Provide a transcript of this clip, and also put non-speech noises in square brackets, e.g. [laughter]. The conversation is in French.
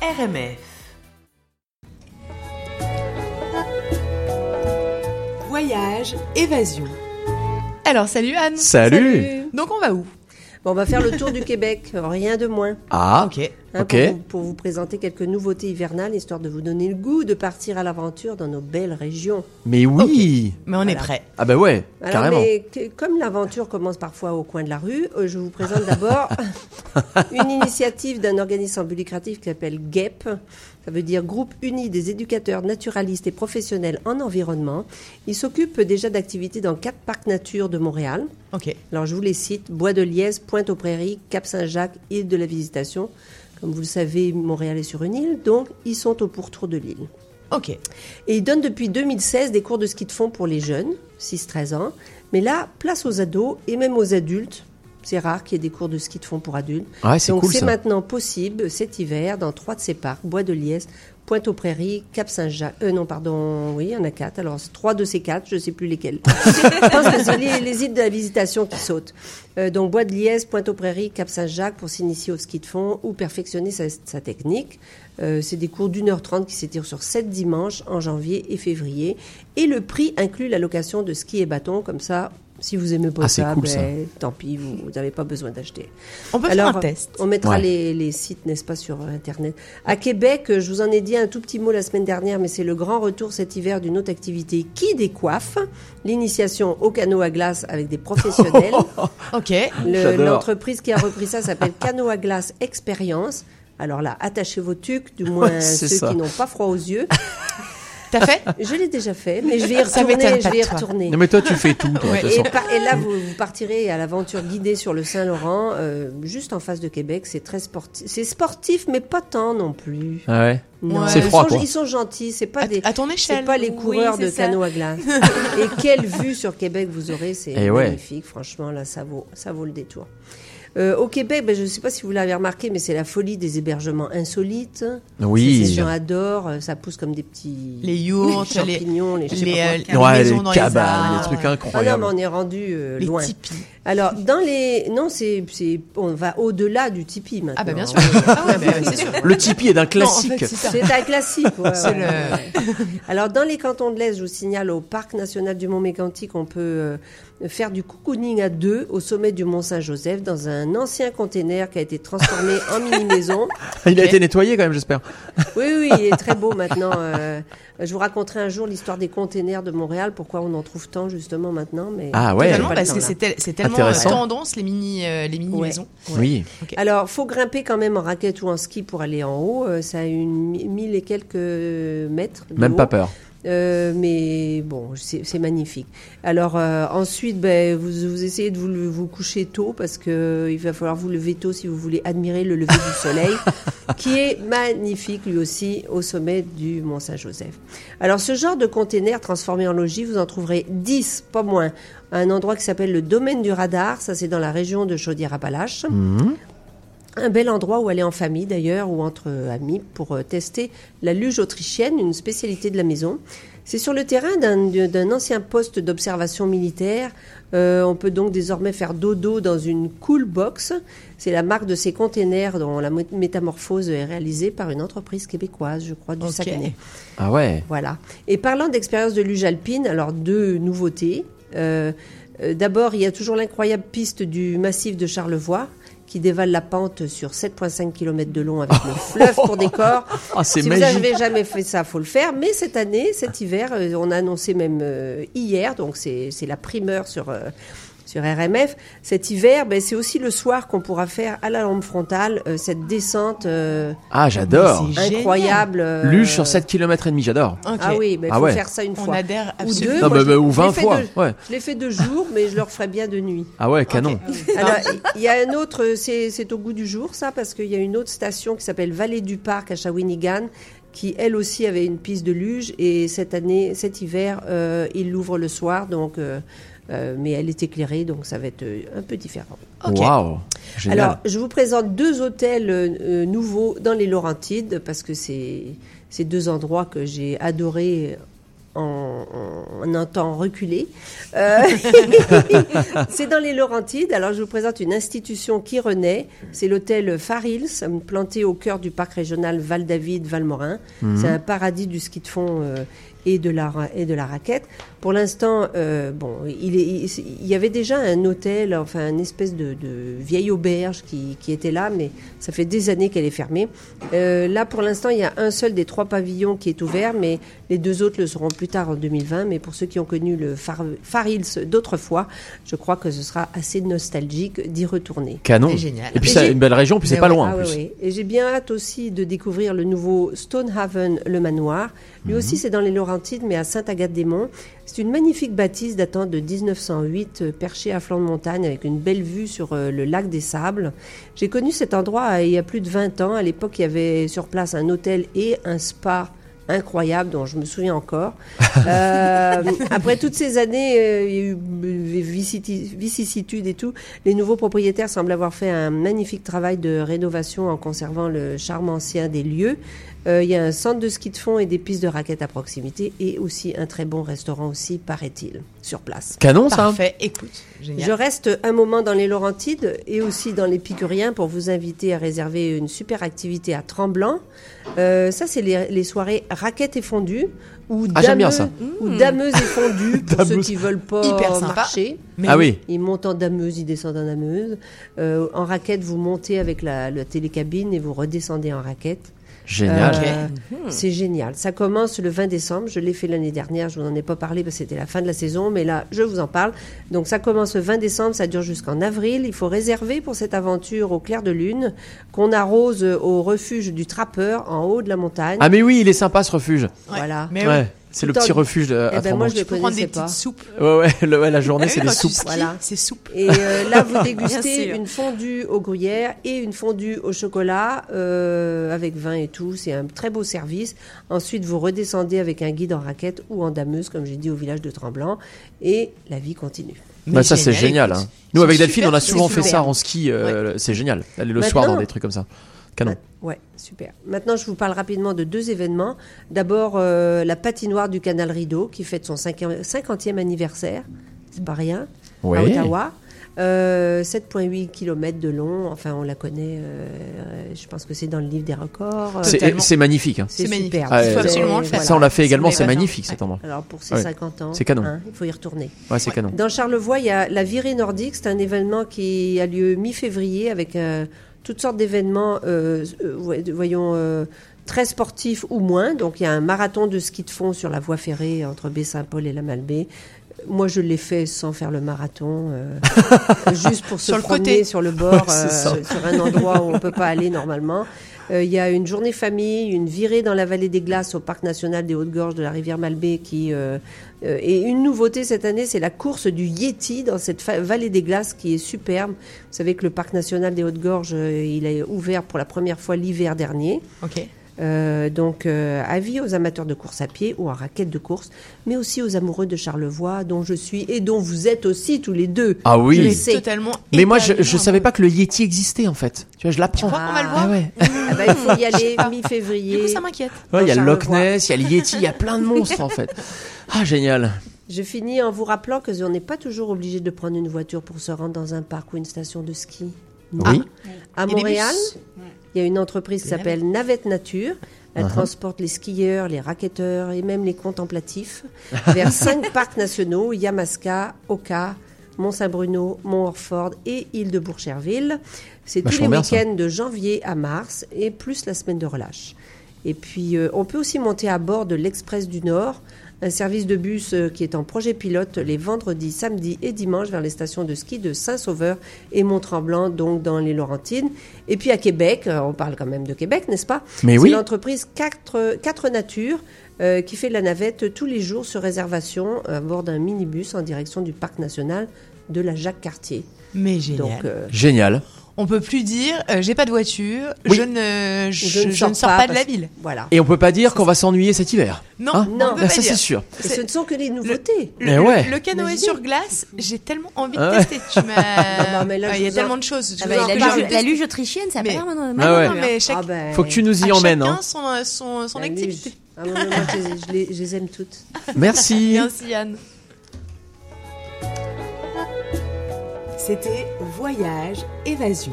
RMF. Voyage, évasion. Alors, salut Anne. Salut. Donc, on va où Bon, on va faire le tour du Québec, rien de moins. Ah, Ok. hein, Ok. Pour, vous, pour vous présenter quelques nouveautés hivernales, histoire de vous donner le goût de partir à l'aventure dans nos belles régions. mais oui Mais on est Voilà. prêt. Ah bah ouais, Alors, carrément. mais que- comme l'aventure commence parfois au coin de la rue, euh, je vous présente d'abord une initiative d'un organisme sans but lucratif qui s'appelle GEP. Ça veut dire Groupe Uni des éducateurs naturalistes et professionnels en environnement. Il s'occupe déjà d'activités dans quatre parcs nature de Montréal. Ok. Alors je vous les cite, Bois de Liesse, Pointe-aux-Prairies, Cap-Saint-Jacques, île de la Visitation. Comme vous le savez, Montréal est sur une île, donc ils sont au pourtour de l'île. Ok. Et ils donnent depuis 2016 des cours de ski de fond pour les jeunes, 6-13 ans. Mais là, place aux ados et même aux adultes. C'est rare qu'il y ait des cours de ski de fond pour adultes. Ah Ouais, c'est Donc cool, c'est ça. maintenant possible cet hiver dans trois de ces parcs, Bois de Liesse, Pointe-aux-Prairies, Cap-Saint-Jacques. Euh, non, pardon, oui, il y en a quatre. Alors c'est trois de ces quatre, je ne sais plus lesquels. je pense que c'est les, les îles de la visitation qui sautent. Euh, donc Bois de Liesse, Pointe-aux-Prairies, Cap-Saint-Jacques pour s'initier au ski de fond ou perfectionner sa, sa technique. Euh, c'est des cours d'une heure trente qui s'étirent sur sept dimanches en janvier et février. Et le prix inclut la location de ski et bâton. Comme ça, si vous aimez pas Ah, c'est ça, cool, ben, ça. tant pis, vous n'avez pas besoin d'acheter. On peut Alors, faire un test. On mettra Ouais. les, les sites, n'est-ce pas, sur euh, Internet. À Québec, euh, je vous en ai dit un tout petit mot la semaine dernière, mais c'est le grand retour cet hiver d'une autre activité qui décoiffe. L'initiation au canot à glace avec des professionnels. Ok. Le- J'adore. L'entreprise qui a repris ça s'appelle Canot à glace Expérience. Alors là, attachez vos tucs, du moins Ouais, c'est ceux ça. qui n'ont pas froid aux yeux. [laughs] T'as fait Je l'ai déjà fait, mais je vais y Ça retourner. m'étonne pas je vais y de toi. retourner. Non mais toi tu fais tout, toi, de toute [laughs] Et, façon. par- et là, vous, vous partirez à l'aventure guidée sur le Saint-Laurent, euh, juste en face de Québec. C'est très sportif. C'est sportif, mais pas tant non plus. Ah ouais. Non. C'est froid, Ils sont, quoi. ils sont gentils. C'est pas À- des. à ton échelle. C'est pas les Oui, coureurs c'est de ça. canots [laughs] à glace. et quelle vue sur Québec vous aurez, c'est Eh ouais. magnifique. Franchement, là, ça vaut, ça vaut le détour. Euh, au Québec, ben, je ne sais pas si vous l'avez remarqué, mais c'est la folie des hébergements insolites. Oui. Ça, Ces gens adorent. euh, Ça pousse comme des petits. Les yourts, les champignons, les, je sais les, pas quoi. euh, les Ouais, maisons les dans cabanes, les arbres. trucs Ah non, mais incroyables. on est rendu euh, Les loin. tipis. Alors, dans les. Non, c'est, c'est- on va au-delà du Tipeee maintenant. hein. Ah bah bien sûr. [laughs] Ah ouais, bah, c'est sûr. Le Tipeee est d'un Non, en fait, classique. c'est ça. C'est un classique. [laughs] ouais, C'est ouais, ouais, ouais. Alors, dans les cantons de l'Est, je vous signale au Parc national du Mont-Mégantic, on peut euh, faire du cocooning à deux au sommet du Mont-Saint-Joseph dans un ancien container qui a été transformé [laughs] en mini-maison. Il a Ok. été nettoyé quand même, j'espère. Oui, oui, il est très beau maintenant. euh, je vous raconterai un jour l'histoire des containers de Montréal, pourquoi on en trouve tant justement maintenant. Mais Ah ouais. Totalement, J'ai pas le parce temps, que là. c'est tel- c'est tellement euh, Intéressant. tendance les mini euh, les mini Ouais. maisons. Oui. Alors, faut grimper quand même en raquette ou en ski pour aller en haut. euh, ça a une mi- mille et quelques mètres. de Même haut. pas peur. Euh, mais bon, c'est c'est magnifique. Alors euh, ensuite, ben, vous, vous essayez de vous, le- vous coucher tôt parce que euh, il va falloir vous lever tôt si vous voulez admirer le lever [laughs] du soleil, qui est magnifique lui aussi au sommet du Mont Saint-Joseph. Alors ce genre de container transformé en logis, vous en trouverez 10, pas moins, à un endroit qui s'appelle le Domaine du Radar. Ça, c'est dans la région de Chaudière-Appalaches. Un bel endroit où aller en famille d'ailleurs ou entre euh, amis pour euh, tester la luge autrichienne, une spécialité de la maison. C'est sur le terrain d'un- d'un ancien poste d'observation militaire. Euh, on peut donc désormais faire dodo dans une cool box. C'est la marque de ces containers dont la mo- métamorphose est réalisée par une entreprise québécoise, je crois, du Ok. Saguenay. Ah ouais. Voilà. Et parlant d'expérience de luge alpine, alors deux nouveautés. Euh, euh, D'abord, il y a toujours l'incroyable piste du massif de Charlevoix qui dévale la pente sur 7,5 km de long avec le fleuve [laughs] pour décor. Ah, c'est si magique. vous n'avez jamais fait ça, faut le faire. Mais cette année, cet hiver, euh, on a annoncé même euh, hier, donc c'est c'est la primeur sur euh, sur RMF. Cet hiver, ben, c'est aussi le soir qu'on pourra faire à la lampe frontale euh, cette descente euh, Ah, j'adore. Mais Génial. incroyable. euh, Luge sur 7 km et demi, j'adore. Ok. ah oui, mais Ah faut ouais. faire ça une On fois. adhère ou absolument. deux. Ah moi, bah, je- bah, ou je l'ai 20 fait fois, deux- ouais. Je l'ai fait deux jours, mais je le referai bien de [laughs] nuit. Ah ouais, canon. Alors, il y a un autre, c'est c'est au goût du jour, ça, parce qu'il y a une autre station qui s'appelle Vallée du Parc à Shawinigan, qui elle aussi avait une piste de luge. Et cette année, cet hiver, euh, il l'ouvre le soir, donc. euh, euh, mais elle est éclairée, donc ça va être euh, un peu différent. Ok. Waouh. Génial. Alors, je vous présente deux hôtels euh, euh, nouveaux dans les Laurentides, parce que c'est c'est deux endroits que j'ai adorés en, en un temps reculé. Euh, [laughs] c'est dans les Laurentides. Alors, je vous présente une institution qui renaît. C'est l'hôtel Farils, planté au cœur du parc régional Val-David-Valmorin. C'est un paradis du ski de fond euh, et, de la, ra- et de la raquette. Pour l'instant, euh, bon, il, est- il s- il y avait déjà un hôtel, enfin une espèce de, de vieille auberge qui, qui était là, mais ça fait des années qu'elle est fermée. Euh, là, pour l'instant, il y a un seul des trois pavillons qui est ouvert, mais les deux autres le seront plus tard en 2020. Mais pour ceux qui ont connu le Far, Far Hills d'autrefois, je crois que ce sera assez nostalgique d'y retourner. Canon. C'est génial. Et puis Et c'est j'ai- une belle région, puis c'est Mais pas ouais, loin Ah en ouais, plus. ouais. Et j'ai bien hâte aussi de découvrir le nouveau Stonehaven, le manoir. Lui Mhm. aussi, c'est dans les Laurentides, mais à Sainte-Agathe-des-Monts. C'est une magnifique bâtisse datant de 1908, euh, perchée à flanc de montagne, avec une belle vue sur euh, le lac des Sables. J'ai connu cet endroit euh, il y a plus de 20 ans. À l'époque, il y avait sur place un hôtel et un spa incroyable dont je me souviens encore. Euh, après toutes ces années, euh, il y a eu euh, viciti- vicissitudes et tout. Les nouveaux propriétaires semblent avoir fait un magnifique travail de rénovation en conservant le charme ancien des lieux. Euh, il y a un centre de ski de fond et des pistes de raquettes à proximité et aussi un très bon restaurant aussi, paraît-il, sur place. Canon ça. Parfait, écoute, génial. Je reste un moment dans les Laurentides et aussi dans l'Épicurien pour vous inviter à réserver une super activité à Tremblant. Euh, ça, c'est les, les soirées raquettes et fondues ou Ah, j'aime bien dameuses- ça. ou dameuses et [laughs] fondues pour ceux Dameuse. qui veulent pas Hyper sympa. marcher. Mais Ah oui. Ils montent en dameuse, ils descendent en dameuse. Euh, en raquette, vous montez avec la, la télécabine et vous redescendez en raquette. Génial. Ok. Euh, C'est génial. Ça commence le 20 décembre. Je l'ai fait l'année dernière. Je vous en ai pas parlé parce que c'était la fin de la saison, mais là, je vous en parle. Donc, ça commence le 20 décembre. Ça dure jusqu'en avril. Il faut réserver pour cette aventure au clair de lune qu'on arrose euh, au refuge du Trappeur en haut de la montagne. Ah mais oui, il est sympa ce refuge. Ouais. Voilà. Mais oui. Ouais. C'est le Tout petit en- refuge de, Eh à ben, Tremblant. moi, je vais- Tu peux prendre connaissais des pas. petites soupes. Ouais [laughs] ouais, le- ouais, la journée Ah c'est oui, des quand tu soupes. skis, Voilà. C'est soupe. Et euh, [laughs] là, vous Bien dégustez sûr. une fondue aux gruyères et une fondue au chocolat euh, avec vin et tout. C'est un très beau service. Ensuite, vous redescendez avec un guide en raquette ou en dameuse, comme j'ai dit, au village de Tremblant. Et la vie continue. Bah ça c'est génial. écoute. hein. Nous avec C'est Delphine, on super, a c'est souvent fait super. ça en ski. euh, C'est génial. Aller le soir Maintenant- dans des trucs comme ça. Canon. Ma- Ouais, super. Maintenant, je vous parle rapidement de deux événements. D'abord, euh, la patinoire du Canal Rideau qui fête son 50e 50e anniversaire. C'est pas rien. Ouais. À Ottawa. Euh, 7,8 km de long. Enfin, on la connaît. euh, je pense que c'est dans le livre des records. C'est- Totalement. C'est magnifique. hein. C'est magnifique. superbe. Ah, Il faut euh, absolument le faire. Ça on l'a fait Si également. vous C'est l'avez pas magnifique fait. cet endroit. Alors pour ses Ouais. 50 ans, C'est canon. hein, il faut y retourner. Ouais, c'est canon. Dans Charlevoix, il y a la virée nordique. C'est un événement qui a lieu mi-février avec euh, toutes sortes d'événements, euh, euh, voy- voyons, euh, très sportifs ou moins. Donc il y a un marathon de ski de fond sur la voie ferrée entre Baie-Saint-Paul et la Malbaie. Moi, je l'ai fait sans faire le marathon, euh, juste pour se Sur le promener côté. sur le bord, Ouais, c'est euh, ça. sur un endroit où on peut pas aller normalement. Euh, Il y a une journée famille, une virée dans la vallée des glaces au parc national des Hautes-Gorges de la rivière Malbaie qui euh, euh, et une nouveauté cette année, c'est la course du Yeti dans cette fa- vallée des glaces qui est superbe. Vous savez que le parc national des Hautes-Gorges, euh, il est ouvert pour la première fois l'hiver dernier. Ok. Euh, donc, euh, avis aux amateurs de course à pied ou en raquette de course, mais aussi aux amoureux de Charlevoix, dont je suis et dont vous êtes aussi tous les deux. Ah Je le oui. sais. Totalement. Mais moi je, je établi. savais pas que le Yeti existait en fait. Tu vois, je l'apprends. crois qu'on va le voir Ah ouais. Ah bah, il faut [laughs] y aller Du coup, mi-février. ça m'inquiète. Ouais, il y a le Charlevoix. Loch Ness, il y a le Yeti, il y a plein de monstres en fait. Ah génial. Je finis en vous rappelant que on n'est pas toujours obligé de prendre une voiture pour se rendre dans un parc ou une station de ski. Oui. Ah. À Et les Montréal, bus il y a une entreprise qui Des navettes. s'appelle Navette Nature. Elle Uh-huh. transporte les skieurs, les raquetteurs et même les contemplatifs [laughs] vers cinq parcs nationaux Yamaska, Oka, Mont-Saint-Bruno, Mont-Orford et île de Bourcherville. C'est tous les Vachement bien, ça. week-ends de janvier à mars et plus la semaine de relâche. Et puis, euh, on peut aussi monter à bord de l'Express du Nord, un service de bus euh, qui est en projet pilote les vendredis, samedis et dimanches vers les stations de ski de Saint-Sauveur et Mont-Tremblant, donc dans les Laurentines. Et puis à Québec, euh, on parle quand même de Québec, n'est-ce pas Mais C'est oui. l'entreprise 4, Natures euh, qui fait de la navette tous les jours sur réservation euh, à bord d'un minibus en direction du parc national de la Jacques-Cartier. Mais génial. Donc, euh, Génial. On peut plus dire euh, j'ai pas de voiture, Oui. je ne je, je ne je sors ne sors pas, de la parce- ville. Voilà. Et on peut pas dire qu'on va s'ennuyer cet hiver. Non, Hein on Non. peut pas ça c'est dire. sûr. Et c'est- ce ne sont que des nouveautés. Le, Mais le- ouais. le canoë Imaginez. sur glace, j'ai tellement envie de Ah ouais. tester. Tu m'as. non, bah, mais là, Ah, je Il y a vous en- tellement de choses. Je Ah vous bah, en- il a que pas- j'ai envie de la tester. luge autrichienne, ça a Mais- pas l'air maintenant. Ah ouais. Non, mais chaque, ben, Faut que tu nous y à emmènes. chacun hein. son, son, son la activité. luge. Ah, moi, moi, je, les- je les- je les aime toutes. Merci. Merci Yann. C'était Voyage, Évasion.